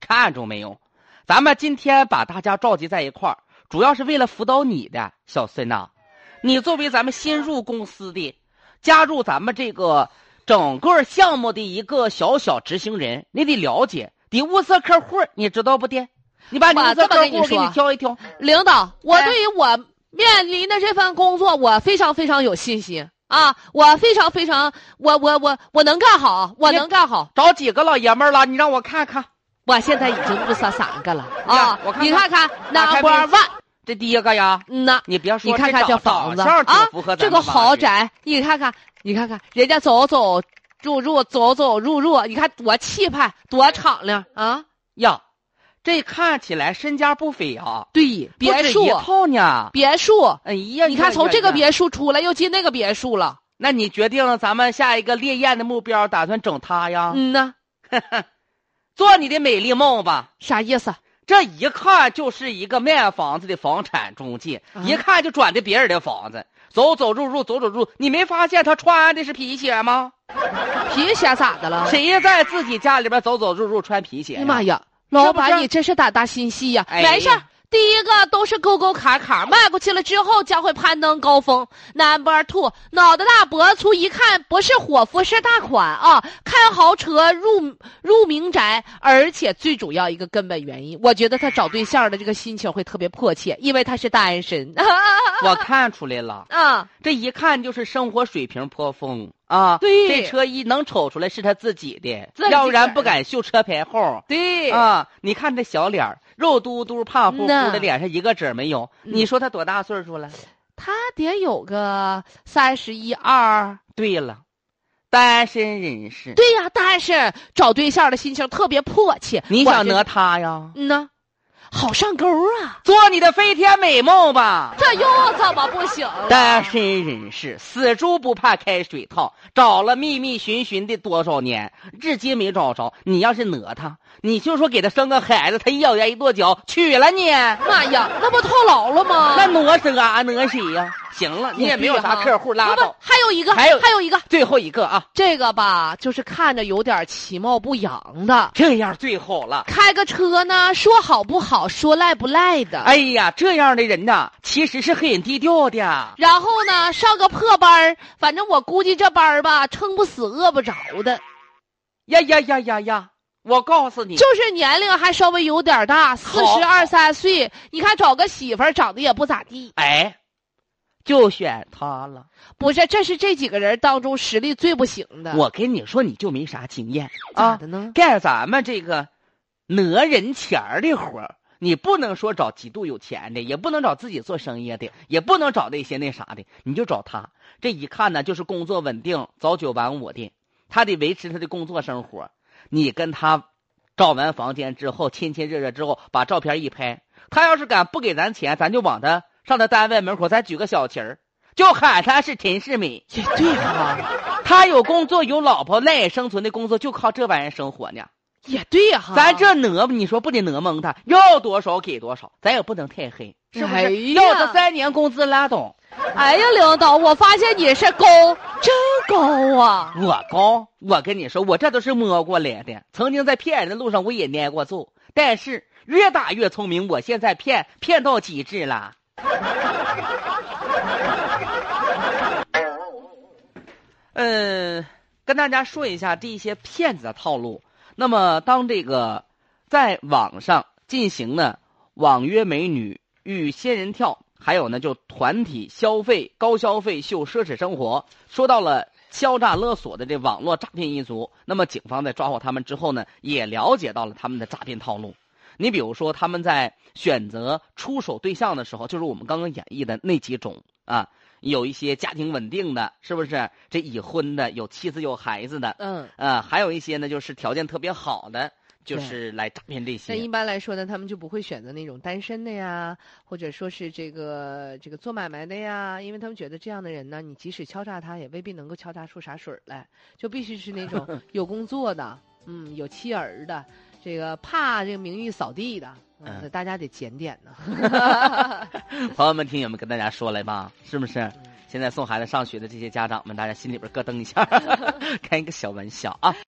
看着没有？咱们今天把大家召集在一块儿，主要是为了辅导你的小孙呐、你作为咱们新入公司的，加入咱们这个整个项目的一个小小执行人，你得了解，得物色客户，你知道不的？你把你我物色这么客跟你户给说你挑一挑，领导，我哎对于我面临的这份工作，我非常非常有信心啊！我非常非常，我我我我能干好，我能干好。找几个老爷们儿了，你让我看看。我现在已经入三三个了啊呀！我看看你看看打开 number one，这第一个呀，嗯呐，你别说，你看看这这长房子长相啊挺符合，咱这们个吧豪，宅，你看看，你看看，人家走走入入，走走入入，你看多气派，多敞亮啊！呀，这看起来身价不菲啊，对，别不止墅一，套呢。别墅，哎呀，你看呀从呀这个呀别墅出来，又进那个别墅了。那你决定咱们下一个烈焰的目标，打算整它呀？嗯呐，做你的美丽梦吧。啥意思？这一看就是一个卖房子的房产中介，啊一看就转的别人的房子，走走入入，走走入。你没发现他穿的是皮鞋吗？皮鞋咋的了？谁在自己家里边走走入入穿皮鞋啊呀？哎呀妈呀，是老板你真是胆大心细呀！哎没事儿，第一个都是沟沟坎坎，迈过去了之后将会攀登高峰。Number two，脑袋大脖子粗，一看不是伙夫是大款啊！开豪车入入名宅，而且最主要一个根本原因，我觉得他找对象的这个心情会特别迫切，因为他是单 身。我看出来了。啊，这一看就是生活水平颇丰啊！对这车一能瞅出来是他自己的，自己要不然的不敢秀车牌号对啊！你看这小脸儿，肉嘟嘟、胖乎乎嗯的，呐脸上一个褶儿没有。嗯你说他多大岁数了？他得有个三十一二。对了，单身人士，对呀、但是找对象的心情特别迫切。你我想这讹他呀？嗯呐，好上钩啊！做你的飞天美梦吧！这又怎么不行啊了？单身人士，死猪不怕开水烫，找了觅觅寻寻的多少年，至今没找着。你要是讹他，你就说给他生个孩子，他一咬牙一跺脚，娶了你，妈呀，那不套牢了吗？那挪谁啊？挪谁呀、行了，你也没有啥客户，拉不不倒。还有一个，还有还有一个，最后一个啊，这个吧，就是看着有点其貌不扬的，这样最好了。开个车呢，说好不好，说赖不赖的。哎呀，这样的人呐，其实是很低调的。然后呢，上个破班儿，反正我估计这班儿吧，撑不死饿不着的，呀呀呀呀呀！我告诉你，就是年龄还稍微有点大，四好十二三岁。你看找个媳妇儿长得也不咋地，哎，就选他了。不是，这是这几个人当中实力最不行的。我跟你说，你就没啥经验咋啊。的呢？干咱们这个讹人钱儿的活儿，你不能说找极度有钱的，也不能找自己做生意的，也不能找那些那啥的，你就找他。这一看呢，就是工作稳定，早九晚五的，他得维持他的工作生活。你跟他照完房间之后，亲亲热热之后，把照片一拍，他要是敢不给咱钱，咱就往他上他单位门口咱举个小旗儿，就喊他是陈世美。也对哈、他有工作有老婆，赖以生存的工作就靠这玩意儿生活呢。也对哈、咱这讹，你说不得讹蒙他，要多少给多少，咱也不能太黑，是不是？哎呀要他三年工资拉倒，哎呀，领导，我发现你是高，真高啊！我高，我跟你说，我这都是摸过来的。曾经在骗人的路上，我也挨过揍，但是越打越聪明。我现在骗骗到极致了。 嗯，跟大家说一下这些骗子的套路。那么，当这个在网上进行呢网约美女与仙人跳，还有呢就团体消费、高消费秀奢侈生活，说到了敲诈勒索的这网络诈骗一族。那么，警方在抓获他们之后呢，也了解到了他们的诈骗套路。你比如说，他们在选择出手对象的时候，就是我们刚刚演绎的那几种啊，有一些家庭稳定的，是不是？这已婚的，有妻子有孩子的，嗯，呃，还有一些呢，就是条件特别好的，就对是来诈骗这些。那一般来说呢，他们就不会选择那种单身的呀，或者说是这个这个做买卖的呀，因为他们觉得这样的人呢，你即使敲诈他，也未必能够敲诈出啥水儿来，就必须是那种有工作的，嗯，有妻儿的，这个怕这个名誉扫地的，嗯，嗯大家得检点呢。 朋友们、听友们，跟大家说来吧，是不是？ 现在送孩子上学的这些家长们，大家心里边咯噔一下，开一个小玩笑啊。